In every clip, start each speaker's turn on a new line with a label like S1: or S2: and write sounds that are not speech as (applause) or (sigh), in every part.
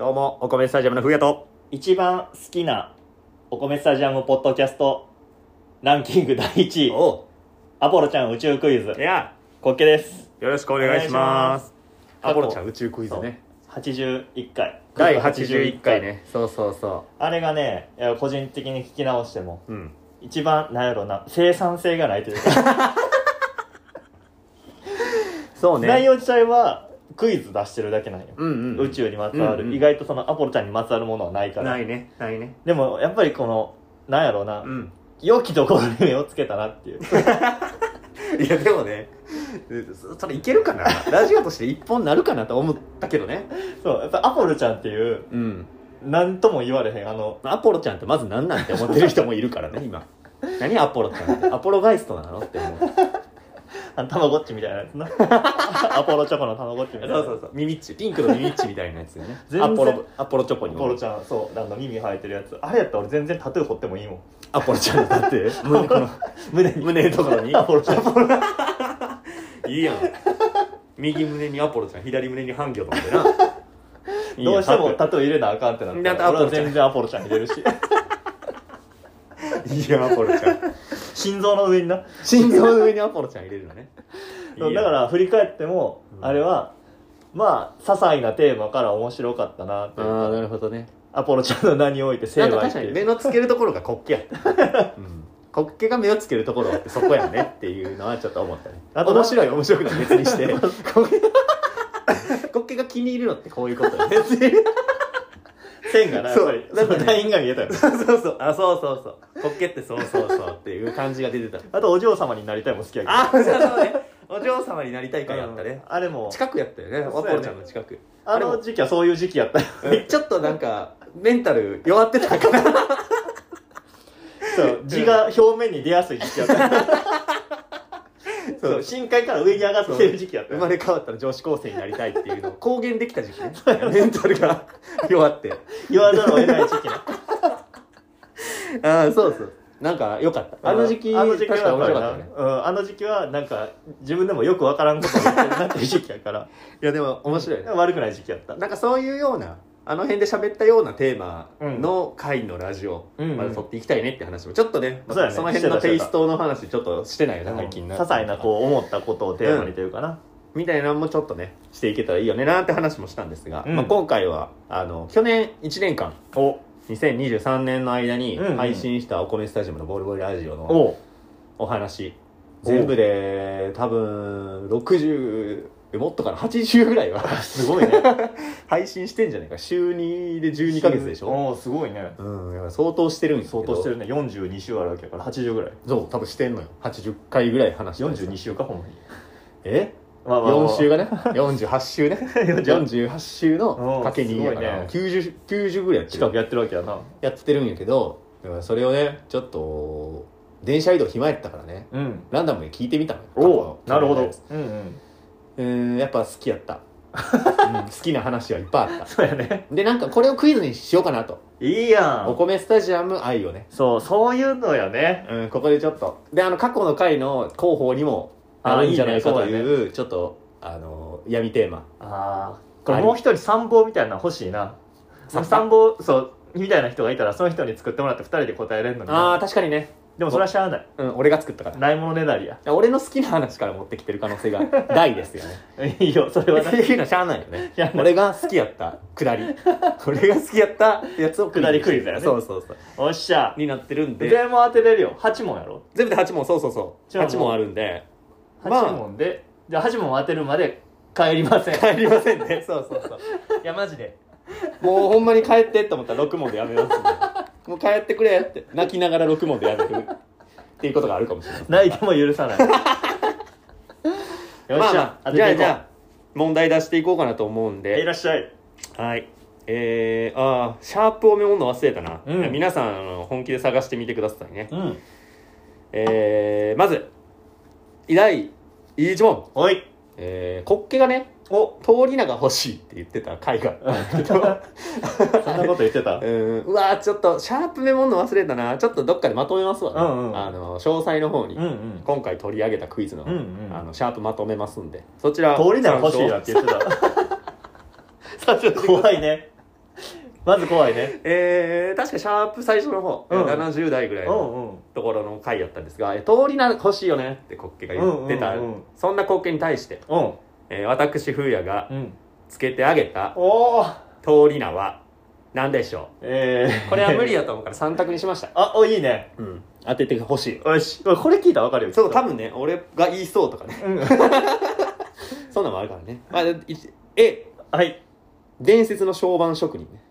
S1: お米スタジアムのふうやと。
S2: 一番好きなお米スタジアムポッドキャストランキング第1位
S1: お
S2: アポロちゃん宇宙クイズ
S1: いや、
S2: コッケです
S1: よろしくお願いします。
S2: お願いします
S1: アポロちゃん宇宙クイズね。
S2: 81回
S1: 第81回ね。 (laughs) そうそうそ
S2: あれがねいや個人的に聞き直しても
S1: う。うん。
S2: 一番なんやろな生産性がないというか、
S1: そうね。
S2: 内容自体はクイズ出してるだけなんよ、
S1: うんうん。
S2: 宇宙にまつわる、
S1: うんうん
S2: 意外とそのアポロちゃんにまつわるものはないから
S1: ないね。ないね。
S2: でもやっぱりこのなんやろうな、
S1: うん。
S2: 良きところに目をつけたなっていう
S1: いや、でもね、そそれいけるかなラジオとして一本なるかなと思ったけどね。
S2: そうやっぱアポロちゃんっていう
S1: うん。
S2: 何とも言われへんあの
S1: アポロちゃんってまず何なんて思ってる人もいるからね、 (laughs) 今。何アポロちゃんって。アポロガイストなのって思う。
S2: あの、たまごっちみたいなやつな。 (laughs) アポロチョコのたまごっちみたいな。
S1: そうそうそう。ミミッチ。ピンクのミミッチみたいなやつよね
S2: 全。然
S1: アポロ、アポロチョコに
S2: ア
S1: も。
S2: ポロちゃん、そう、あの、耳生えてるやつ。あれやったら俺全然タトゥー彫ってもいいもん。
S1: アポロちゃんだって、胸この、
S2: 胸に。
S1: 胸のところに
S2: アポロち (laughs) ゃん。
S1: いいやん。右胸にアポロちゃん、左胸にハンギョとかで (laughs) な。
S2: どうしても
S1: た
S2: タトゥー入れなあかんってなって。
S1: だってアポ
S2: 俺
S1: ロ
S2: は
S1: ちゃん
S2: 全然アポロちゃん入れるし。
S1: いいやん、アポロちゃん。
S2: 心臓の上にな。
S1: 心臓の上にアポロちゃん入れるのね。いいやん
S2: だか、ら振り返っても、
S1: うん
S2: あれは、まあ、些細なテーマから面白かったなっていう
S1: ああ、
S2: か
S1: なるほどね。
S2: アポロちゃんの名において成
S1: なんか
S2: 敗っ
S1: 確
S2: て
S1: かに
S2: い
S1: 目
S2: う。
S1: のつけるところが滑稽やった。うん滑稽が目をつけるところってそこやねっていうのはちょっと思ったね。
S2: あと
S1: 面白い面白くない別にして。 (laughs) 滑稽が気に入るのってこういうこと (laughs) よねっていう。
S2: 線がな、やっぱり。
S1: そう
S2: なんか
S1: なんかね
S2: ラインが見えたよ。
S1: そうそう。あ、そうそうそう。コッケってそうそうそうっていう感じが出てた。
S2: (laughs) あと、お嬢様になりたいも好きやけど。
S1: あ、そうそうね。 (laughs) お嬢様になりたい会やったね。
S2: あれも、
S1: 近くやったよね。
S2: そうや
S1: ワ
S2: ね
S1: ポロちゃんの近 (laughs) く。
S2: あ
S1: れも
S2: の時期はそういう時期やったよ。
S1: ちょっとなんか、メンタル弱ってたかな。
S2: そう字が表面に出やすい時期やった
S1: (laughs)
S2: (laughs)
S1: そ
S2: そう
S1: う。
S2: 深海から上に上がってる時期やった
S1: 生まれ変わったら女子高生になりたいって (laughs) いうのを公言できた時期ね。メンタルが弱 (laughs) って。
S2: 言わざるを得ない時期な
S1: ああ、そうそう。なんか、良かった。あの時期、
S2: (laughs) あの時期は
S1: 確か面白か
S2: な
S1: った
S2: んか
S1: ね。
S2: うん、あの時期はなんか自分でもよくわからんことになってるなっていう時期やから
S1: いや、でも面白いね。
S2: 悪くない時期やった
S1: なんかそういうような、あの辺で喋ったようなテーマの回のラジオ、
S2: うん
S1: まだ撮っていきたいねって話も、ちょっとね、ま
S2: そうやね
S1: その辺のテイストの話ちょっとしてないよね、最近
S2: 些
S1: な。
S2: 細なこう思ったことをテーマにというかな、
S1: みたいなのもちょっとね、していけたらいいよねなーって話もしたんですが、
S2: うん
S1: まあ、今回は、あの、去年1年間、
S2: お
S1: 2023年の間に
S2: うんうん
S1: 配信したお米スタジアムのボルボリラジオの
S2: お
S1: お話、
S2: お
S1: 全部で多分60、もっとかな、80ぐらいは
S2: (laughs) すごいね
S1: (laughs) 配信してんじゃないか。週2で12ヶ月でしょ
S2: おすごいね
S1: うん、やっぱ相当してるんですけど
S2: 相当してるね42週あるわけやから80ぐらい
S1: そう、多分してんのよ。80回ぐらい話して
S2: 42週かほんまに
S1: え
S2: まあ
S1: 4週がね、48週ね。48週
S2: う
S1: の
S2: ん
S1: かけ2やから、
S2: す
S1: 90、90ぐらいやってる
S2: 近くやってるわけやな
S1: やってるんやけど、だからそれをね、ちょっと、電車移動暇やったからね、
S2: うん
S1: ランダムに聞いてみたのよ
S2: おなるほど
S1: 過去
S2: うんうん
S1: のやつうーん、やっぱ好きやった。うん好きな話はいっぱいあっ
S2: そうやね
S1: た。で、なんかこれをクイズにしようかなと。
S2: いいや
S1: お
S2: ん
S1: 米スタジアム愛をね。
S2: そうそういうのよね
S1: うん、ここでちょっと。で、あの、過去の回の広報にもあるんじゃないかと
S2: あいいね
S1: いう、ちょっと、あの、闇テーマ。
S2: ああこれもう一人参謀みたいなの欲しいな
S1: さ
S2: 参謀そうみたいな人がいたらその人に作ってもらって2人で答えれるのに
S1: あ
S2: な
S1: あ、確かにね。
S2: でもそれはしゃあない
S1: うん、俺が作ったから。
S2: ないものねだりや (laughs)
S1: 俺の好きな話から持ってきてる可能性 (laughs) が大ですよね。
S2: いいよそれは
S1: っ (laughs)
S2: な
S1: ていうのはしゃあないよね
S2: しゃあない
S1: 俺が好きやったく (laughs) だり俺が好きやったやつを
S2: くだりクイズやね
S1: そうそうそう
S2: おっしゃ
S1: になってるんで
S2: 全問当てれるよ8問やろ
S1: 全部で8問そうそうそう
S2: じゃあもう
S1: 8問あるんでまあ
S2: 8問で、じゃあ8問当てるまで帰りませんい
S1: 帰りません (laughs) ねそうそうそう
S2: やマジで
S1: もうほんまに帰ってって思ったら6問でやめますんでもう帰ってくれって泣きながら6問でやめるっていうことがあるかもしれない
S2: 泣いても許さ
S1: (laughs)
S2: ないよっしゃ、
S1: まあまあ
S2: 当て
S1: じゃ
S2: てい
S1: あじ
S2: こう
S1: ゃあ問題出していこうかなと思うん
S2: い
S1: で
S2: らっしゃい
S1: はいえー、あーシャープを読むの忘れたな、
S2: うん
S1: 皆さんあの本気で探してみてくださいね
S2: うん
S1: えー、まず第1問、
S2: おい
S1: えー、滑稽がね
S2: お
S1: 通り名が欲しいって言ってた回が
S2: そんなこと言ってた
S1: (laughs) うんうわーちょっとシャープメモんの忘れたなちょっとどっかでまとめますわ、
S2: うんうん
S1: あの詳細の方に、
S2: うんうん
S1: 今回取り上げたクイズの,、
S2: うんうん
S1: あのシャープまとめますんでそちら
S2: 通りなら欲しいなって言ってた怖いねまず怖いね
S1: えー、確かシャープ最初の方、
S2: うん
S1: 70代ぐらいうの
S2: んうん
S1: ところの回やったんですが「え通りな欲しいよね」って国家が言ってた、
S2: うんうんうん
S1: そんな光景に対して、
S2: うん
S1: えー私風也が
S2: うん
S1: つけてあげた
S2: おお
S1: 通り名は何でしょ
S2: え
S1: う
S2: ー、、
S1: これは無理やと思うから3択にしました
S2: あおいいね
S1: (laughs) うん、当ててほしい
S2: よしこれ聞いたらわかるよ
S1: そう多分ね俺が言いそうとかね
S2: 分、うん、
S1: (laughs) そんなのもあるからね、まあ、いえ
S2: はい
S1: 伝説の小判職人ね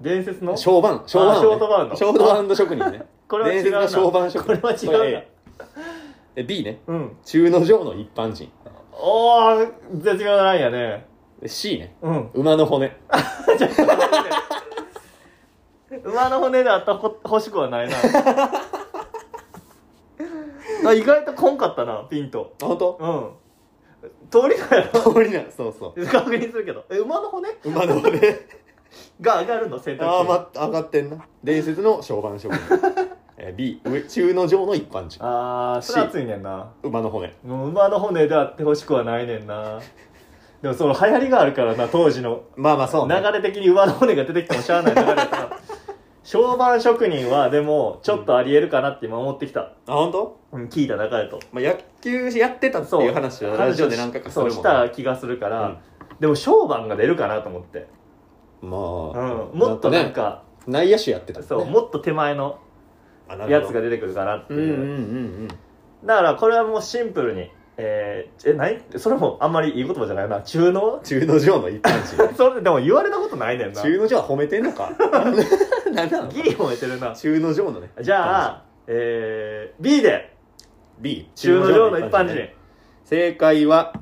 S2: 伝説の
S1: 小判小
S2: あ
S1: 判
S2: ショートバウンド
S1: ショートバウンド職 (laughs) 人ね
S2: これは違うな
S1: 伝説の小判職
S2: これ
S1: 人
S2: は違うな
S1: これ A え B ね
S2: うん
S1: 中之条の一般人
S2: おお絶妙なラインやね
S1: で C ね
S2: うん
S1: 馬の骨
S2: (laughs) 馬の骨であったほ欲しくはないな (laughs) あ意外とこんかったなピンと
S1: あ本
S2: (laughs)
S1: 当
S2: うん通りだよ
S1: 通りなそうそ
S2: (laughs) 確認するけどえ馬の骨
S1: う馬の
S2: (laughs)
S1: 骨
S2: が上がるの選択肢
S1: ああ、ま、上がってんな伝説の小判職人え B 上中之条の一般人
S2: あーそれ熱いねんな
S1: 馬の骨
S2: もう馬の骨であってほしくはないねん (laughs) なでもその流行りがあるからな当時の
S1: まあまあそう、
S2: 流れ的に馬の骨が出てきてもしゃあない流れだから商売職人はでもちょっとありえるかなって今思ってきた、
S1: あ本当
S2: うん、聞いた中だと
S1: まあ野球やってたって
S2: そう
S1: いう話はラジオで何回かするもん
S2: そうした気がするから、でも商売が出るかなと思って、
S1: ま
S2: うん、
S1: あ、
S2: もっとなん
S1: ね
S2: か
S1: 内野手やってた
S2: そうもっと手前のやつが
S1: 出
S2: 出てくるかなって
S1: うんうん
S2: いうう、
S1: ん
S2: だからこれはもうシンプルにえー、えないそれもあんまりいい言葉じゃないな中
S1: う
S2: の
S1: ん中之条の一般
S2: (laughs)
S1: 人
S2: それでも言われたことないねんな
S1: 中之条は褒めてんの
S2: (laughs)
S1: か何なの
S2: ギリもえてるな
S1: 中之条のね
S2: じゃあ、えー、B で
S1: B
S2: 中の上の一般人
S1: ね正解は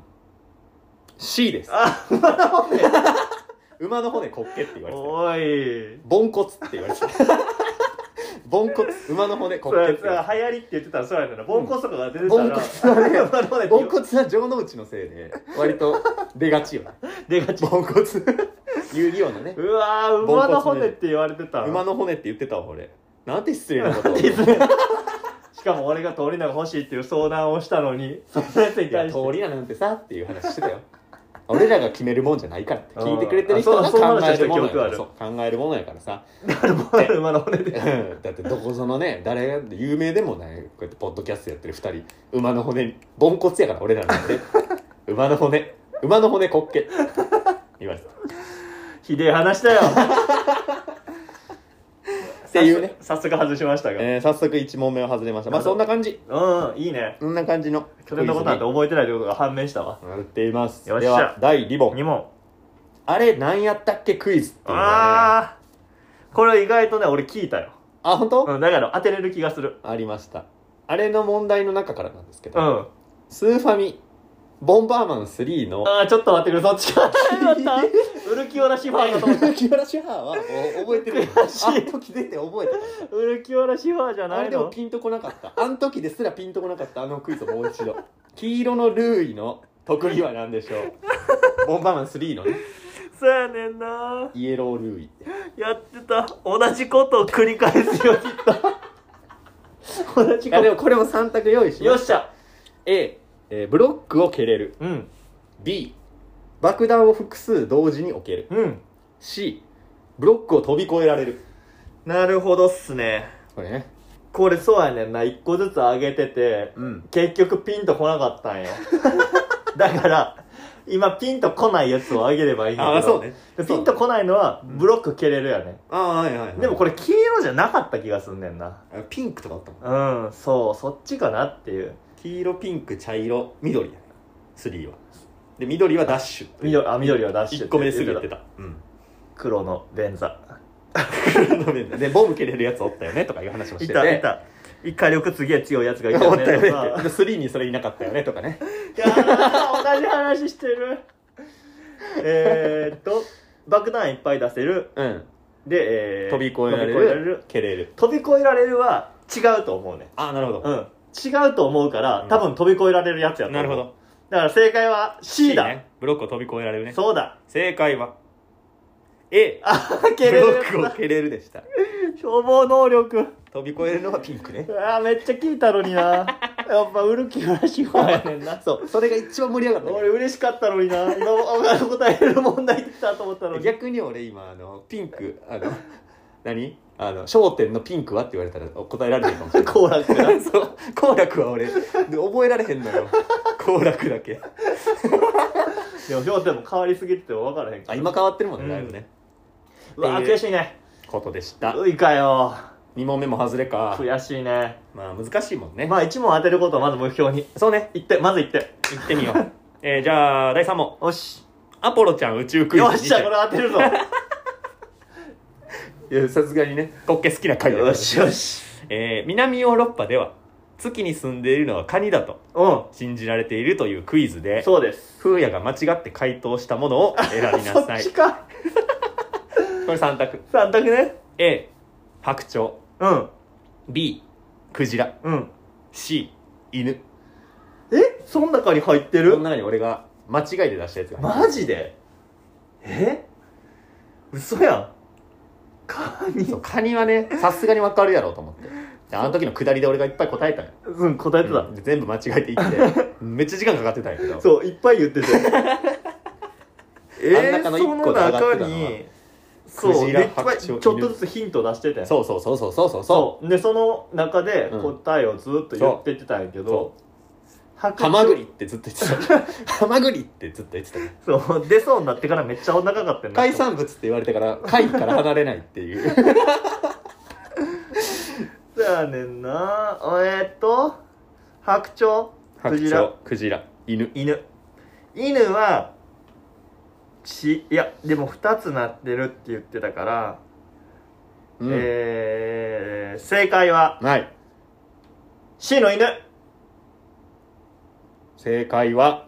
S1: C です
S2: あ馬の骨
S1: (laughs) 馬の骨滑稽って言われてた
S2: おい
S1: 盆骨って言われ
S2: (laughs)
S1: てた盆骨馬の骨
S2: そ
S1: 滑稽
S2: れ
S1: って言われて
S2: それ流行りって言ってたらそうやねんな盆骨とかが (laughs) 出てたら、馬の骨
S1: た
S2: って言
S1: 盆
S2: う
S1: 骨は城之内のせいで割と出がちよね
S2: 出がち
S1: 盆骨遊戯王のね
S2: うわー馬の骨って言われてた
S1: 馬の骨って言ってたわ俺なんて失礼なことを
S2: なんて言ってたしかも俺が通り名が欲しいっていう相談をしたのにそんなやつに
S1: いや
S2: 対して
S1: 通り名なんてさっていう話してたよ俺らが決めるもんじゃないからって聞いてくれてる人
S2: うん
S1: が
S2: あそう
S1: 考えるものや
S2: そ
S1: か
S2: う話
S1: ら
S2: した
S1: そう
S2: 記
S1: 考えるものやからさ
S2: 馬の骨で
S1: うんだってどこぞのね誰が有名でもないこうやってポッドキャストやってる2人馬の骨ボンコツやから俺らなんて (laughs) 馬の骨馬の骨滑稽言われてた
S2: ひでえ話 (laughs) だよ
S1: っていうね
S2: 早速外しましたが、
S1: えー早速1問目を外れましたまあ
S2: なる
S1: そ
S2: ほど
S1: んな感じ
S2: うんいいね
S1: そんな感じの
S2: 去年のことなんて
S1: クイ
S2: 覚えてないということが判明したわ
S1: ズになっています
S2: よっし
S1: で
S2: ゃ
S1: は第2問
S2: 2問
S1: あれ何やったっけクイズっていうのがね
S2: ああこれ意外とね俺聞いたよ、
S1: あ本当、
S2: うん、だから当てれる気がする
S1: ありましたあれの問題の中からなんですけ
S2: う
S1: ど、
S2: んあ
S1: スーファミボンバーマン3の
S2: あちょっと待ってくれそっちか
S1: (laughs)
S2: 待った (laughs) ウルキオラシファーかと思った
S1: キラシュハーはもう覚えてる
S2: 悔しい
S1: あの時出て覚えて
S2: ウルキオラシファーじゃ
S1: たあ
S2: な
S1: れ
S2: い
S1: でも
S2: の
S1: ピンとこなかったあの時ですらピンとこなかったあのクイズをもう一度黄色のルーイの特技は何でしょ (laughs) うボンバーマン3のね
S2: そうやねんな
S1: イエロールーイ
S2: やってた同じことを繰り返すよきっと (laughs) 同
S1: い
S2: じ
S1: や
S2: こ
S1: でもこれも3択用意し
S2: と
S1: ま
S2: よっ
S1: す
S2: しゃ
S1: A、えーブロックを蹴れる
S2: うん
S1: B 爆弾を複数同時に置ける
S2: うん
S1: C ブロックを飛び越えられる
S2: なるほどっすね
S1: これね
S2: これそうやねんな一個ずつ上げてて
S1: うん
S2: 結局ピンとこなかった
S1: (laughs)
S2: んよだから今ピンとこないやつを上げればいいんだけど
S1: ね
S2: でピンとこないのはブロック蹴れるやね、
S1: ああはいはい、
S2: でもこれ黄色じゃなかった気がすんねんな
S1: れピンクとかあったもん
S2: うんそうそっちかなっていう
S1: 黄色ピンク茶色緑やね3はで緑はダッシュ
S2: 緑あ緑はダッシュ
S1: 1個目ですぐ言ってたうん
S2: 黒の便座
S1: でボム蹴れるやつおったよねとかいう話もして
S2: い
S1: て
S2: たいた火力次は強いやつがいた
S1: (laughs) おったよね
S2: とか
S1: ってで3にそれいなかったよねとかね
S2: (laughs) いやー同じ話してるえーっと爆弾いっぱい出せる
S1: うん
S2: で、えー
S1: 飛び越えられる
S2: 飛び越えられる
S1: 蹴れる
S2: 飛び越えられるは違うと思うね
S1: ああなるほど、
S2: うん違うと思うから多分飛び越えられるやつやと思う
S1: なるほど
S2: だから正解は C だ、
S1: ね、ブロックを飛び越えられるね
S2: そうだ
S1: 正解は A
S2: あ
S1: ブ
S2: けれ
S1: ロ
S2: る
S1: ックを蹴れるでした
S2: 消防能力
S1: 飛び越えるのはピンクね (laughs)
S2: うわめっちゃ聞いたのになやっぱウルキはらしい方やねんな
S1: そうそれが一番盛り上がったんだけ
S2: 俺嬉しかったのにな今の答える問題できたと思ったの
S1: ど
S2: に
S1: 逆に俺今あのピンクあの (laughs) 何あの『焦点』のピンクはって言われたら答えられないかもしれない (laughs)
S2: 好楽な
S1: そう好楽は俺で覚えられへんのよ好楽だけ
S2: でも評点も変わりすぎてても分からへんか
S1: あ
S2: ら
S1: 今変わってるもんねだいぶね、
S2: うわ
S1: っ
S2: ー
S1: ていう
S2: 悔しいね
S1: ことでした
S2: ういかよ
S1: 2問目も外れか
S2: 悔しいね
S1: まあ難しいもんね、
S2: まあ1問当てることをまず目標に
S1: そうね
S2: 一点まず1点
S1: 行ってみようえーじゃあ第3問
S2: よし
S1: アポロちゃん宇宙クイズ
S2: よっしゃこれ当てるぞ
S1: いやさすがにね国家好きな回だから
S2: よしよし
S1: えー南ヨーロッパでは月に住んでいるのはカニだと
S2: うん
S1: 信じられているというクイズで
S2: そうです
S1: 風也が間違って回答したものを選び
S2: そ
S1: な
S2: っ
S1: さい
S2: ち
S1: こ
S2: か
S1: れ3択
S2: 3択ね
S1: A 白鳥
S2: うん
S1: B クジラ
S2: うん
S1: C 犬
S2: えその中に入って
S1: この
S2: る
S1: 中に俺が間違いで出したやつが入ってる
S2: マジでえ嘘やんカニ
S1: そうカニはねさすがに分かるやろうと思ってであの時の下りで俺がいっぱい答えたのよ
S2: うん答えてた、
S1: うんで全部間違えていって (laughs) めっちゃ時間かかってたんやけど
S2: そういっぱい言 (laughs) ってて
S1: 真ん中の一個で上がってたのは
S2: その中にそ
S1: ク
S2: う
S1: ジ
S2: でい
S1: ラ
S2: っぱい
S1: 白
S2: ちょっ
S1: 鳥
S2: とずつヒント出してて
S1: そうそうそうそうそうそうそ
S2: そうでその中で
S1: うん
S2: 答えをずっと言ってってたんやけ
S1: う
S2: ど、
S1: ハ
S2: 白鳥
S1: マグリってずっと言ってた (laughs) ハマグリってずっと言ってた
S2: そう出そうになってからめっちゃお腹かってんな
S1: 海産物って言われてから貝から離れないっていう
S2: そうやねんなえーっと白鳥
S1: (laughs) 白
S2: ク
S1: 鳥
S2: ジラ
S1: クジラ犬
S2: 犬犬はしいやでも2つなってるって言ってたから、
S1: うん、
S2: えー、正解は
S1: はい
S2: C の犬
S1: 正解は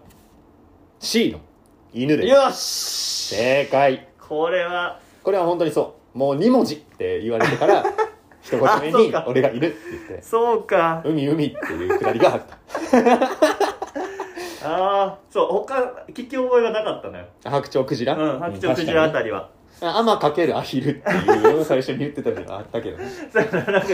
S1: C の犬です
S2: よし
S1: 正解
S2: これは
S1: これは本当にそうもう2文字って言われてから
S2: (laughs)
S1: 一言目
S2: あそう
S1: に
S2: か
S1: 俺がいるって言って
S2: そうか
S1: 海海っていうくだりがあった
S2: ああそう他聞き覚えがなかったのよ
S1: 白鳥クジラ
S2: うん白鳥クジラあたりは、 (laughs)
S1: 確かにねあ天かけるアヒルっていうのを最初に言ってたのがあったけどね
S2: そうやななんか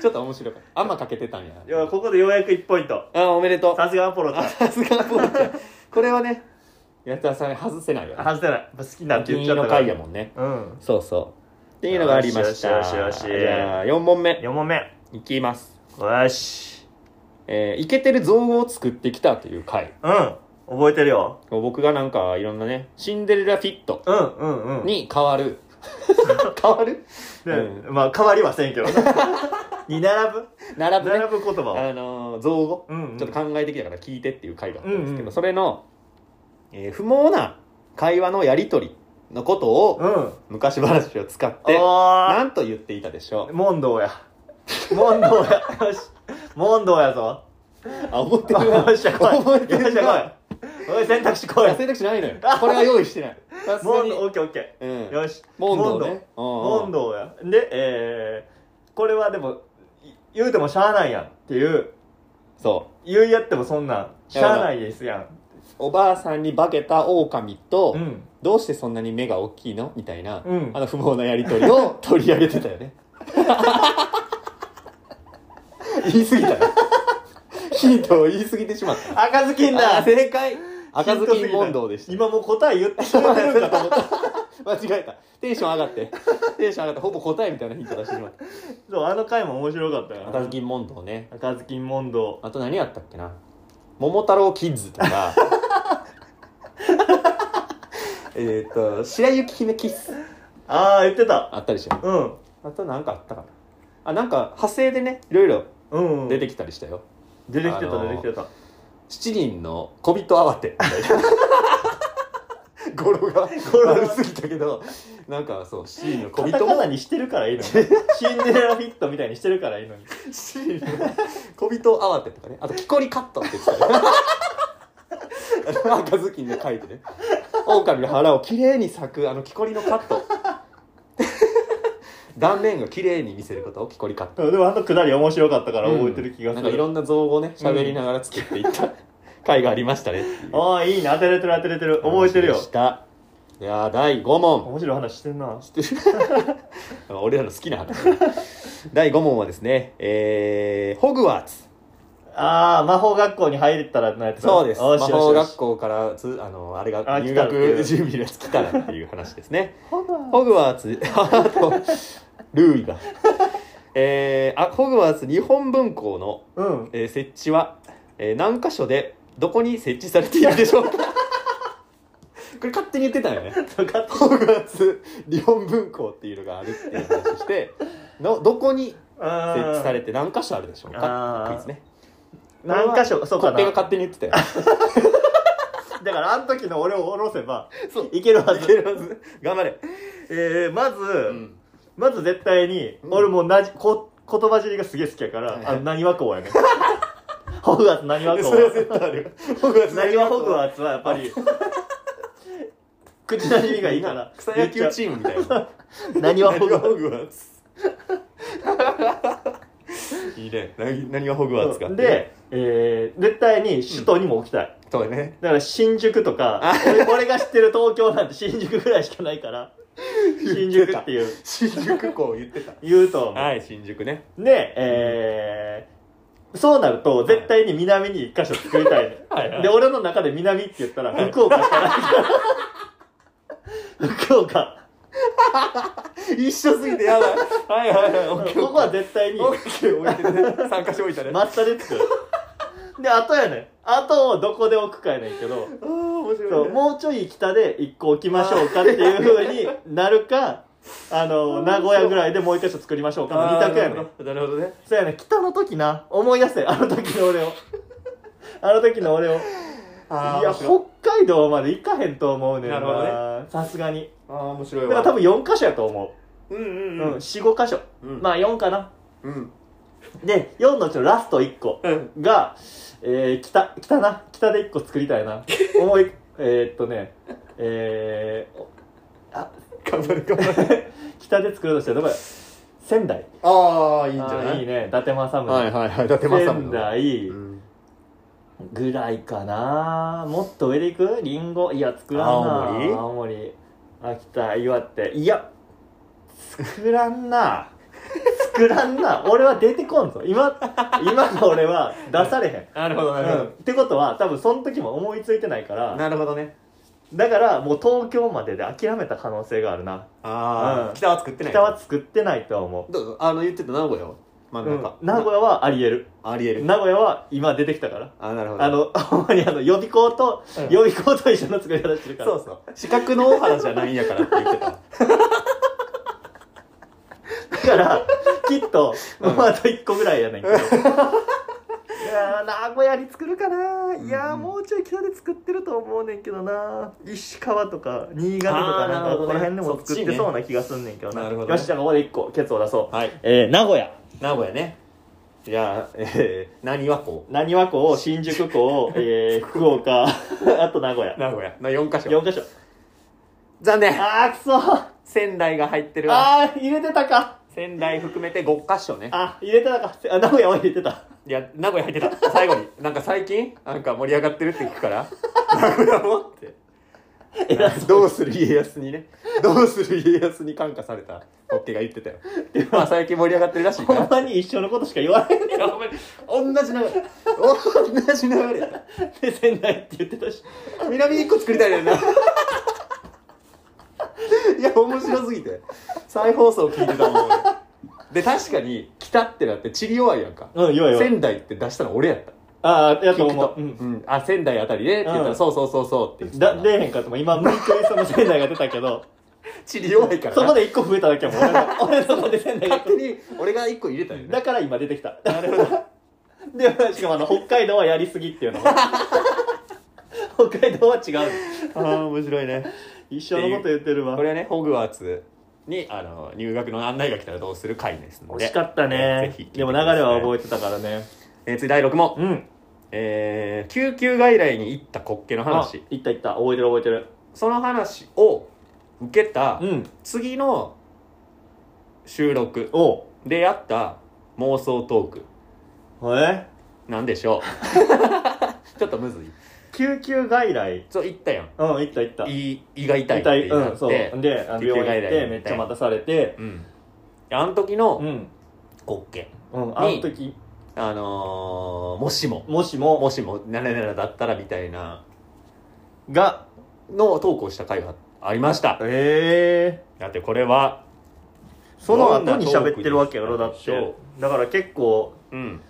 S1: ちょっと面白かった天かけてたんや
S2: いやここでようやく1ポイント
S1: あおめでとう
S2: さすがアポロちゃん
S1: さすがポーちゃんこれはね八田さん外せないよね
S2: 外せないやっぱ好きなんて
S1: 君
S2: 言っちゃ
S1: の
S2: ったから
S1: 回やもんね
S2: うん
S1: そうそうっていうのがありました
S2: よしよしよしよし
S1: じゃあ4問目
S2: 4問目
S1: いきます
S2: よし
S1: えーイケてる造語を作ってきたという回
S2: うん覚えてるよ
S1: 僕がなんかいろんなねシンデレラフィット
S2: うんうんうん
S1: に変わる (laughs) 変わる
S2: で
S1: う
S2: まあ変わりはせ
S1: (laughs)
S2: んけどなに並ぶ
S1: 並ぶね
S2: 並ぶ言葉を、
S1: あのー造語
S2: うんうん、
S1: ちょっと考えてきたから聞いてっていう回があったんですけど、
S2: うんうん
S1: それの、えー不毛な会話のやり取りのことを
S2: うん
S1: 昔話を使って
S2: お
S1: 何と言っていたでしょ
S2: ー問答や問答やよし問答やぞ
S1: う (laughs) あ思ってるわ
S2: よっしゃ来い
S1: 覚えてる
S2: よっしゃ
S1: わ
S2: 来いおい選択肢
S1: い
S2: 来い
S1: や選択肢ないのよこれは用意してないさすが
S2: 問
S1: に
S2: 答オッケーオッケ
S1: う
S2: ー
S1: ん
S2: よし
S1: 問答ね
S2: 問答やでえー、これはでもい言うてもしゃあないやんっていう
S1: うんそ
S2: 言い合ってもそんなんしゃあないですやん
S1: うおばあさんに化けた狼と、
S2: うん
S1: どうしてそんなに目が大きいのみたいな、
S2: うん
S1: あの不毛なやり取りを
S2: (laughs)
S1: 取り上げてたよね (laughs) 言い過ぎたよヒントを言い過ぎてしまった
S2: 赤ずきん
S1: あ
S2: だ
S1: 正解赤ず
S2: ヒントす
S1: き
S2: ぎ
S1: ん
S2: た
S1: 問答でした
S2: 今もう答え言ってしまってるんだと
S1: (laughs)
S2: 思った
S1: 間違えたテンション上がってテンション上がってほぼ答えみたいなヒント出してしまった
S2: そうあの回も面白かったよ
S1: 赤ずきん問答ね
S2: 赤ずきん問答
S1: あと何やったっけな桃太郎キッズとか (laughs) えっと白雪姫キッス
S2: ああ言ってた
S1: あったでしょ
S2: うん
S1: あと何かあったかなあなんか派生でねいろいろ
S2: うん
S1: 出てきたりしたよ、
S2: 出てきて
S1: あ
S2: た
S1: のー
S2: 出てきてた
S1: 七人の小人慌て (laughs) みたいな語呂が
S2: 語呂が
S1: 悪すぎたけどなんかそう七人の小
S2: カタ
S1: 人
S2: カ
S1: も
S2: ナにしてるからいい
S1: (laughs)
S2: のにシンデレラフィットみたいにしてるからいいのに
S1: 七人の小人慌てとかねあと「木こりカット」って言ってたよあの赤ずきんで書いてね狼の腹をきれいに咲くあの木こりのカット (laughs) 断面がきれいに見せることを木こりカット
S2: うんでもあのくだり面白かったから覚えてる気が
S1: なん
S2: す
S1: かい
S2: る
S1: ろんな造語をね喋りながら作っていった回がありましたねっていう
S2: ああいいね当てれてる当てれてる覚えてるよ
S1: 話でしたいやー第5問 (laughs)
S2: 面白い話してんな
S1: 俺らの好きな話第5問はですねえーホグワーツ
S2: ああ魔法学校に入れたらのやつだ
S1: そうです
S2: よ
S1: 魔
S2: しよし
S1: 法
S2: よし
S1: 学校からつあのあれが
S2: あ
S1: 入
S2: 来たっていう
S1: 学準備のやつ来たらっていう話ですね
S2: ほな
S1: ホグワーツあとルーイがえー、あホグワーツ日本文校の、
S2: うん
S1: えー設置は、えー何箇所でどこに設置されているでしょうか (laughs) これ勝手に言ってたよね
S2: 分かった
S1: ホグワーツ日本文校っていうのがあるっていう話してのどこに設
S2: 設
S1: 置されて何箇所あるでしょうか
S2: あー
S1: クイズね
S2: 何箇所
S1: そ
S2: そううか
S1: コッ
S2: な
S1: ペが勝手に言ってたよ
S2: だからあの時の俺を下ろせば
S1: そう
S2: いけるはず
S1: いけるはず頑張れ、
S2: えー、まず、
S1: うん、
S2: まず絶対に、
S1: うん
S2: 俺もうなじこ言葉尻がすげえ好きやから、
S1: はいはい
S2: あの何和校やねホグワーツ何和校
S1: それは絶対あるホグワーツ
S2: 何はホグワーツはやっぱり (laughs) 口なじみがいいから
S1: 草野球
S2: 言っち
S1: チームみたいな
S2: ゃう何はホグワーツ
S1: グワーツいいね何何がホグワーツか
S2: で、えー、絶対に首都にも置きたい、
S1: そうだね
S2: だから新宿とか俺俺が知ってる東京なんて新宿ぐらいしかないから新宿っていう
S1: 新宿校言ってた
S2: 言うと思う
S1: はい新宿ね
S2: で、えーそうなると絶対に南に一箇所作りたい、ね
S1: (laughs) はいはい
S2: で俺の中で南って言ったら福岡し
S1: (laughs)
S2: かないから、福岡
S1: 一緒すぎてやだはいはいはいオッケー
S2: ここは絶対に
S1: オッケー置いてね参加して置いたねあ
S2: 真下で作るであとやねんあとをどこで置くかやねんけど
S1: あー面
S2: そ
S1: 白いう (laughs) ね
S2: もうちょい北で一個置きましょうかっていうふうになる
S1: (laughs)
S2: かあの名古屋ぐらいでもう一箇所作りましょうかの二択やねん
S1: あーなるほどね
S2: そうやね北の時な思い出せあの時の俺を (laughs) あの時の俺を
S1: あー
S2: いや
S1: 面白い
S2: 北海道まで行かへんと思うねん
S1: なるほ
S2: な
S1: ど
S2: さすがに
S1: あー面白い
S2: だ
S1: わ
S2: から多分4箇所やと思
S1: うん
S2: う、
S1: う
S2: うんん
S1: うん
S2: 45箇所、
S1: うん
S2: まあ4かな
S1: うん
S2: で4のうちのラスト1個
S1: うん
S2: が、えー、北北な北で1個作りたいな思い (laughs) えーっとねえー、おあ
S1: 頑張れ頑張れ
S2: (laughs) 北で作るとしたらどこや仙台
S1: ああいいんじゃ
S2: あ
S1: な
S2: ー
S1: い
S2: いいね伊達政宗、
S1: はいはいはい伊達政宗
S2: 仙台、
S1: うん
S2: ぐらいかなもっと上でいくリンゴいや作らんな
S1: 青森
S2: 青森秋田岩手いや作らんな作らんな俺は出てこんぞ今今の俺は出されへん
S1: (laughs) なるほどなる
S2: うん、ってことは多分その時も思いついてないか
S1: ほど
S2: ら
S1: なるほどね
S2: だからもう東京までで諦めた可能性があるな
S1: ああ、
S2: うん
S1: 北は作ってない
S2: 北は作ってないとは思
S1: どうぞあの言ってた名古屋は真
S2: う、
S1: ん
S2: うん
S1: 中、
S2: 名古
S1: 屋
S2: 屋はありえる
S1: ありえる
S2: 名古屋は今出てきたから
S1: あなるほど
S2: あの (laughs) ほんまにあの予備校と
S1: うん
S2: 予備校と一緒の作り方してるから
S1: そうそう四角の大原じゃないんやからって言って (laughs) た
S2: だ (laughs) から、きっと、
S1: うん
S2: もうあと1個ぐらいやねんけど。いやー名古屋に作るかな
S1: うん
S2: いやーもうちょい北で作ってると思うねんけどな石川とか新潟と
S1: あ
S2: か
S1: ー
S2: なん
S1: な
S2: か
S1: るほどね
S2: ここら辺でも作ってそうな気がすんねんけどな
S1: そっちねなるほどね
S2: よしじゃあここで1個ケツを出そう、
S1: はい
S2: えー、名古屋
S1: 名古屋ねいやえー、何和校
S2: 浪速港新宿港、 (laughs) えー、福岡あと名古屋
S1: 名古屋の4箇所
S2: 4か所
S1: 残念
S2: あーくそー
S1: 仙台が入ってるわ
S2: あー入れてたか
S1: 仙台含めて5箇所ね
S2: あ入れてたかあ名古屋は入れてた
S1: いや名古屋入ってた最後になんか最近なんか盛り上がってるって聞く (laughs) から名古屋もって
S2: 偉そう
S1: (laughs) どうする家康にねどうする家康に感化されたホッケが言
S2: (laughs)
S1: ってたよまあ最近盛り上がってるらしいか
S2: ほん
S1: ら
S2: まに一緒のことしか言わない
S1: いやほんまに同じ流れ同じ流れや
S2: で仙台って言ってたし
S1: 南に1個作りたいよないや面白すぎて再放送聞いてたもん俺で確かに北ってなって地理弱いやんか
S2: うん弱い弱い
S1: 仙台って出したの俺やった
S2: ああやと
S1: 聞く
S2: 思
S1: と
S2: う、うん
S1: うんあ仙台あたりねって言ったら、
S2: うん
S1: そうそうそうそうって言ってた
S2: だ
S1: な
S2: 出えへんかとも今無理くりその仙台が出たけど
S1: 地理弱いからな
S2: そこで一個増えただけやもん俺の俺のそこで仙台が
S1: 勝手に俺が1個入れたよね
S2: だから今出てきたなるほどでしかもあの北海道はやりすぎっていうのも北海道は違う
S1: ああ面白いね
S2: 一緒のこと言ってるわ
S1: これはねホグワーツにあの入学の案内が来たらどうする回ですので
S2: 惜しかったね
S1: ぜひ聞いて
S2: でも流れは
S1: え
S2: 覚えてたからね
S1: えー次第6問、
S2: うん
S1: えー救急外来に行った滑稽の話
S2: あいったいった覚えてる覚えてる
S1: その話を受けた
S2: うん
S1: 次の収録
S2: お
S1: でやった妄想トーク
S2: うえ
S1: なんでしょ
S2: (laughs)
S1: うちょっとむずい
S2: 救急外来
S1: そう言ったやん
S2: うんいったいった
S1: 胃胃が痛いって
S2: 痛い
S1: な
S2: うん
S1: って、
S2: そうであの
S1: 救急
S2: 病
S1: 外
S2: 院
S1: 来
S2: 行ってめっちゃ待たされて
S1: うんあの時の
S2: うん
S1: 滑稽
S2: うん、あの時
S1: あのーもしも
S2: もしも
S1: もしもならならだったらみたいな
S2: が
S1: のを投稿した回がありました
S2: ええ
S1: だってこれは
S2: その後に喋ってるわけやろだっ
S1: どんなトー
S2: てだから結構
S1: うん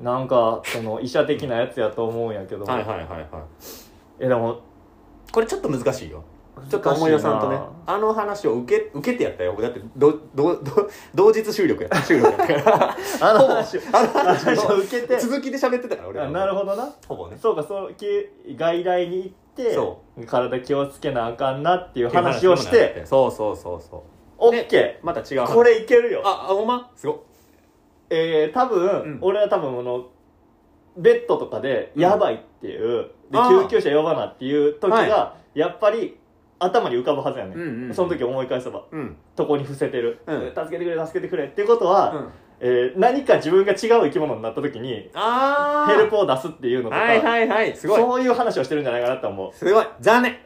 S2: なんかその医者的なやつやと思うんやけど、
S1: はいはいはいはい
S2: えでも
S1: これちょっと難しいよ
S2: 難し
S1: ち
S2: いな
S1: ょっと思い出さんとねあの話を受け受けてやったよだってどどど同日収録やった収録やったから
S2: あの
S1: ほぼ
S2: 話を
S1: あの話
S2: 話を
S1: の
S2: 受けて
S1: 続きで喋ってたから俺ら
S2: あなるほどな
S1: ほぼね
S2: そうかそうき外来に行って
S1: そ
S2: 体気をつけなあかんなっていう話をして
S1: そうそうそうそ
S2: オ
S1: う
S2: ッケ
S1: また違う
S2: ー
S1: 話
S2: これいけるよ
S1: ああほんまご
S2: えー、多分、
S1: うん
S2: 俺は多分このベッドとかで
S1: うん
S2: やばいっていう、で
S1: あー
S2: 救急車呼ばなっていう時が、
S1: は
S2: やっぱり頭に浮かぶはずやね、
S1: うんうんうん
S2: その時思い返せば
S1: うん
S2: とこに伏せてる、
S1: うん
S2: 助けてくれ助けてくれっていうことは、えー何か自分が違う生き物になった時に
S1: ああ
S2: ヘルプを出すっていうのとか、
S1: はいはいはいすごい
S2: そういう話をしてるんじゃないかなと思
S1: すごい残念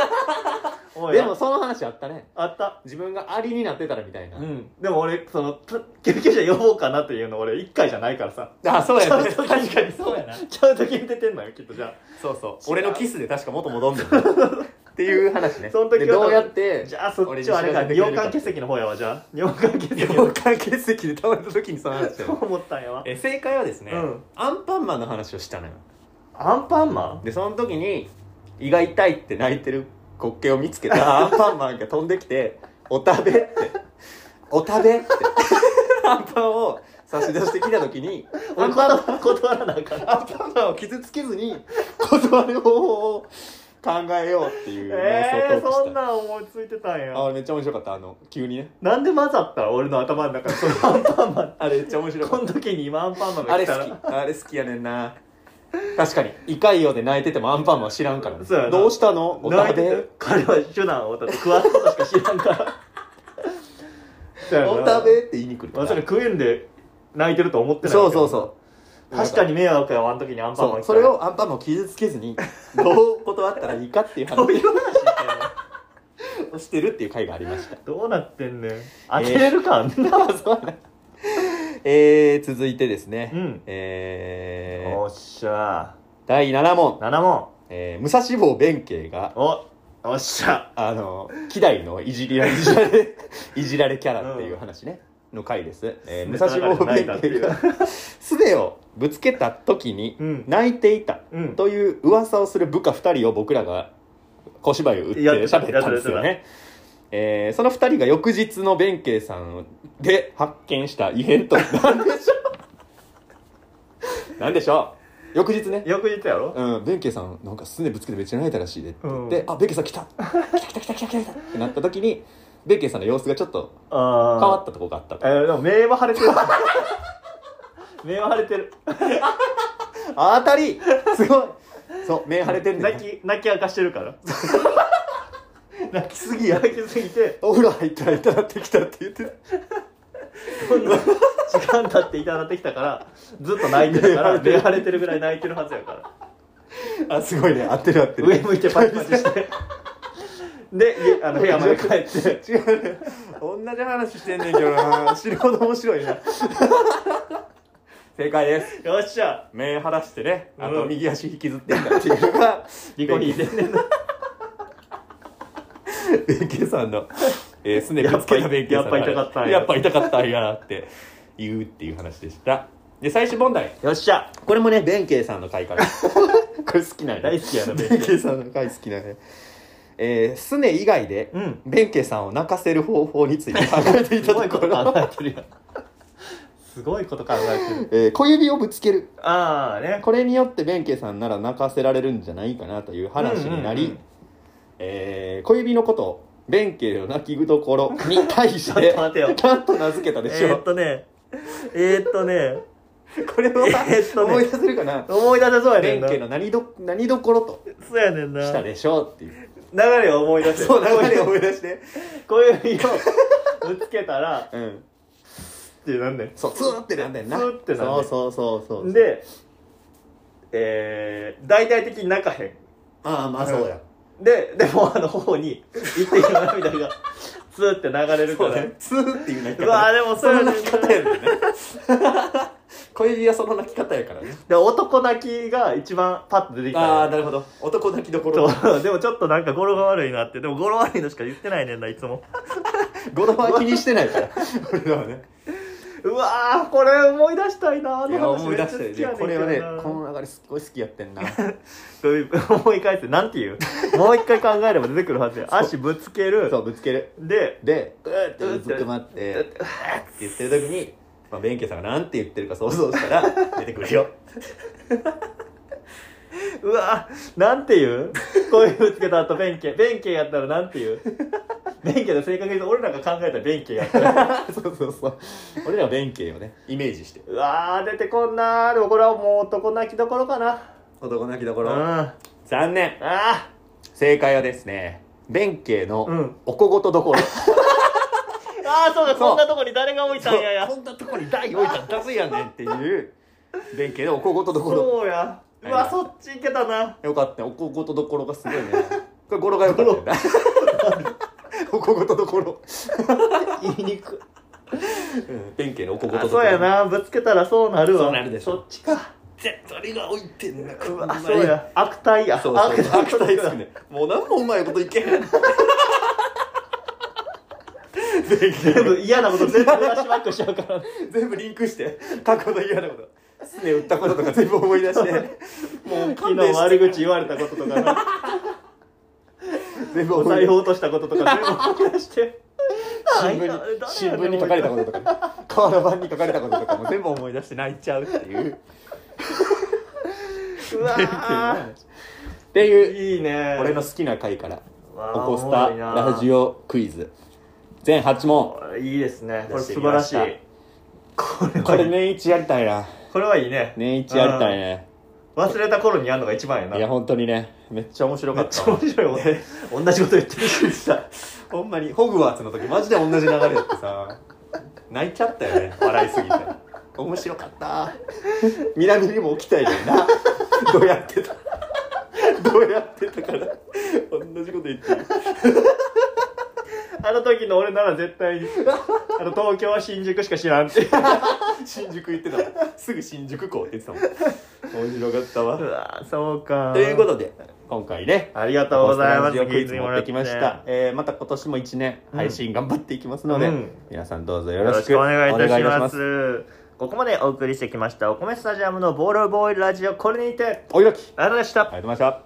S2: う思う
S1: で
S2: よ
S1: もその話あったね
S2: あった
S1: 自分がアリになってたらみたいな、
S2: うんでも俺そのた救急車呼ぼうかなっていうの俺1回じゃないからさ
S1: あそう
S2: ち
S1: や
S2: ゃ
S1: (laughs)
S2: う
S1: ね
S2: と確かにそうやなちゃうと決めてんのよきっとじゃ
S1: そうそう
S2: 違う
S1: 俺のキスで確か元戻んね
S2: (laughs)
S1: んっていう話ね
S2: その時は
S1: でどうやって
S2: あじゃあそっちはあれか
S1: 俺に知らせてくれる
S2: 尿管結石の方やわじゃあ尿管結石
S1: 尿管結石で倒れた時にその話
S2: そ (laughs)
S1: を
S2: う思ったんやわ
S1: え正解はですね、
S2: うん
S1: アンパンマンの話をしたのよ
S2: アンパンマ
S1: でその時に胃が痛いって泣いてる滑稽を見つけ
S2: (laughs)
S1: たアンパンマンが飛んできて「お食べ」って「お食
S2: (laughs)
S1: べ」ってアンパンを差し出してきた時
S2: (laughs)
S1: に
S2: ン
S1: ア
S2: 俺
S1: ンパン
S2: 断断らなあかん
S1: アンパンマンを傷つけずに (laughs) 断
S2: (laughs)
S1: る方法を考えようっていう
S2: え
S1: 妄想
S2: ー、
S1: トークした
S2: そんなん思いついてたん
S1: あ
S2: や
S1: 俺めっちゃ面白かったあの急にね
S2: なんで混ざった俺の頭の中にそのアンパンマン
S1: あれめっちゃ面白
S2: こ
S1: かっ
S2: の時に今アンパンマン
S1: たあ
S2: が
S1: れ
S2: 来
S1: 好
S2: たら
S1: きあれ好きやねんな確かに胃潰瘍で泣いててもアンパンマンは知らんからね
S2: そうやな
S1: どうしたのお
S2: なん
S1: 食
S2: で
S1: べ
S2: 彼は手段をだって食わすことしか知らんからそうや
S1: (laughs)
S2: な
S1: お食べって言いに来るか
S2: ま
S1: ら
S2: さか食えんで泣いてると思ってない
S1: そうそうそう
S2: う確かに迷惑やわあの時にアンパンマ
S1: そ
S2: ン
S1: う
S2: 来た
S1: そ
S2: ら
S1: れをアンパンマンを傷つけず
S2: (laughs)
S1: にどう断ったらいいかっていう
S2: どうい
S1: 話
S2: う話してんの
S1: をしてるっていう回がありました
S2: (laughs)
S1: (laughs)
S2: どうなってんねん当てれるか、あんな
S1: えー、続いてですね、
S2: うん
S1: え
S2: お
S1: ー、
S2: っしゃ
S1: 第7問、
S2: 7問
S1: えー、武蔵坊弁慶が
S2: おおっしゃ
S1: あの希代のいじりらいじられ (laughs) いじられキャラっていう話ね、の回です、えー、武蔵坊弁慶が (laughs) すべをぶつけた時に
S2: うん
S1: 泣いていた
S2: うん
S1: という噂をする部下2人を僕らが小芝居を打って
S2: やってた
S1: 喋ったんですよ
S2: や
S1: ね、えーその2人が翌日の弁慶さんで発見した異変と何でしょう何でしょう翌日ね
S2: 翌日やろ、
S1: うん、弁慶さんなんかすねぶつけてめっちゃ泣いたらしいでって言って、
S2: うん
S1: あ弁慶さん来た来た来た来た来た来たってなった時に弁慶さんの様子がちょっと
S2: あ
S1: 変わったとこがあったと
S2: えーでも目は腫れ (laughs) てる目は腫れてる
S1: あ当たりすごいそう目腫れてんねん
S2: 泣き泣き明かしてるから (laughs) 泣きすぎや泣きすぎて
S1: お風呂入ったら痛なってきたって言ってた
S2: こんな時間経っていただいてきたからずっと泣いてる (laughs) から目腫れてるぐらい泣いてるはずやから
S1: あすごいね合ってる合ってる
S2: 上向いてパチパチしてで家あの部屋まで帰って
S1: 違うね同じ話してんねんけどな死ぬほど面白いな正解です
S2: (laughs) よっし (laughs) ゃ
S1: 目腫らしてねあと
S2: うん
S1: 右足引きずってんだっていうのが
S2: リコ引いてんねんな
S1: 弁慶さんの、 (laughs) えー、すねぶつけた弁慶さんの
S2: やっぱ痛かったんや
S1: やっぱ痛かったんやなって言うっていう話でしたで最終問題
S2: よっしゃ
S1: これもね弁慶さんの回から (laughs) これ好きなんや
S2: 大好きやな弁慶
S1: 弁慶さんの回好きなんやえー、すね以外で
S2: うん
S1: 弁慶さんを泣かせる方法について考えてい
S2: す
S1: た
S2: ごい
S1: と
S2: こ
S1: こと
S2: 考
S1: ろ、
S2: えてるやんすごいこと考えてる
S1: えー小指をぶつける
S2: ああね
S1: これによって弁慶さんなら泣かせられるんじゃないかなという話になり、
S2: うんうんうん
S1: えー小指のことを弁慶の泣きどころに対し
S2: ちょ
S1: て
S2: っと (laughs) 待てよ
S1: なんと名付けたでし
S2: えー
S1: ょ
S2: っとねえーっとね
S1: うこれは、
S2: えーっとね
S1: 思い出せるかな
S2: 思い出せそうやね
S1: 弁
S2: んな
S1: 慶の何ど何どころと
S2: そうやねんな
S1: したでしょうっていう
S2: 流れを思い出せ
S1: そう流れを思い出して
S2: 小指をぶつけた (laughs) ら
S1: うん
S2: ってなんね
S1: そうツーってなんだよな
S2: ツーってなんねん
S1: そうそうそうそうん
S2: でえー、大々的に泣かへ
S1: ああまあそうや
S2: んで (laughs) でもあの頬に一滴の涙がツーって流れるか
S1: そう
S2: ら
S1: ねツーっていう泣き
S2: うわ
S1: 方
S2: ーでも
S1: そ
S2: そう
S1: の
S2: やねんな (laughs)
S1: 泣き方やねんね小指はその泣き方やからね
S2: で男泣きが一番パッと出てき
S1: ああ
S2: た
S1: なるほど男泣きどころ
S2: そう (laughs) でもちょっとなんか語呂が悪いなってでも語呂悪いのしか言ってないねんないつも
S1: 語呂は気にしてない
S2: (laughs)
S1: から俺らはね
S2: うわーこれ思い出したいなあ
S1: い
S2: の
S1: や
S2: 話
S1: 思
S2: め
S1: い
S2: っちゃ
S1: 出
S2: 好
S1: したよ
S2: き
S1: ねこ
S2: やねんけ
S1: れ
S2: ど
S1: はね
S2: な
S1: この流れすっごい好きやってん
S2: (laughs)
S1: な
S2: これ (laughs) 思い返してなんて言うもう一回考えれば出てくるはずや
S1: そう
S2: 足ぶつける
S1: そうぶつける
S2: で
S1: で
S2: うーっ
S1: でうずくまって
S2: うーっ
S1: って言ってる時に、まあ、弁慶さんがなんて言ってるか想像した
S2: (laughs)
S1: ら出てくるよ
S2: うわなんて言うこういうぶつけた後弁慶弁慶やったらなんて言う弁慶の性格で俺らが考えた弁慶やったら
S1: そうそうそう俺らは弁慶をねイメージして
S2: うわー出てこんなーでもこれはもう男泣きどころかな
S1: 男泣きどこ
S2: うん
S1: ろ
S2: あ
S1: 残念
S2: あ
S1: 正解はですね弁慶
S2: う
S1: の
S2: ん
S1: おこごとどころ、
S2: ああそうだ
S1: そう
S2: こんなとこに誰が置いたんやや
S1: そうこんなとこに台置いたらダズいやねんっていう弁慶のおこごとどころ
S2: そうやう
S1: は
S2: わ
S1: い
S2: そっち行けたな
S1: よかったよおこごとどころがすごいねこれ語呂がよかったよね (laughs) おこごとどころ
S2: (laughs) 言いにくい
S1: 弁慶のおこごと
S2: あ
S1: どころ
S2: そうやなぶつけたらそうなるわ
S1: そうなるでしょ
S2: そっちか
S1: 絶対俺が置いてんな
S2: うわそうや悪態や
S1: そうそうそう悪態つ
S2: だ
S1: くねもう何もうまいこといけへん弁
S2: 全
S1: 慶
S2: 部嫌なこと全部フラッシュバックしちゃうから
S1: 全部リンクして過去の嫌なことすね打ったこととか全部思い出
S2: (laughs)
S1: してもう
S2: 昨
S1: 勘
S2: 日
S1: 弁して
S2: 悪口言われたこととかな
S1: 全部
S2: お
S1: 思い
S2: 財
S1: 出し
S2: 布
S1: て
S2: 落としたこととか
S1: (laughs)
S2: 全部思い出して
S1: 新聞に新聞に書かれた
S2: こ
S1: こととか瓦版に書かれたこととかも全部思い出して泣いちゃうっていう
S2: とうわー
S1: っていう
S2: いいね
S1: 俺の好きな回から
S2: うわー
S1: オコスタ
S2: おもろいな
S1: ラジオクイズ全8問
S2: いいですねこれ
S1: 出して
S2: 素
S1: み
S2: 晴ら
S1: ま
S2: し
S1: し
S2: い
S1: た
S2: これ
S1: こ
S2: は
S1: れ
S2: いい
S1: 年一やりたいな
S2: これはいいね
S1: 年一やりたいね
S2: 忘れた頃にやるのが一番やない
S1: や本当にねめっちゃ面白
S2: め
S1: か
S2: っ
S1: っ
S2: ちゃ
S1: た
S2: 面白い俺同じこと言ってるし
S1: (laughs)
S2: さ
S1: ほんまにホグワーツの時マジで同じ流れやってさ泣いちゃったよね笑いすぎて面白かった南にも起きたいよなどうやってたどうやってたから同じこと言ってる
S2: あの時の俺なら絶対にあの東京は新宿しか知らんっていう
S1: 新宿行ってたもんすぐ新宿校って言ってたもん面白かったわ
S2: うわそうか
S1: ということで今回ね
S2: ありが
S1: あり
S2: とうございます。
S1: クイズ持ってきました。えーまた今年も1年
S2: うん
S1: 配信頑張っていきますので、
S2: うん
S1: 皆さんどうぞよ
S2: よ
S1: ろ
S2: ろ
S1: し
S2: し
S1: く
S2: くお願いいたし
S1: お願
S2: ま
S1: いします
S2: す。ここまでお送りしてきました、お米スタジアムのボールボーイラジオ、これにて、
S1: おいらき
S2: ありがとうござ
S1: あ。
S2: いました
S1: りがとうございました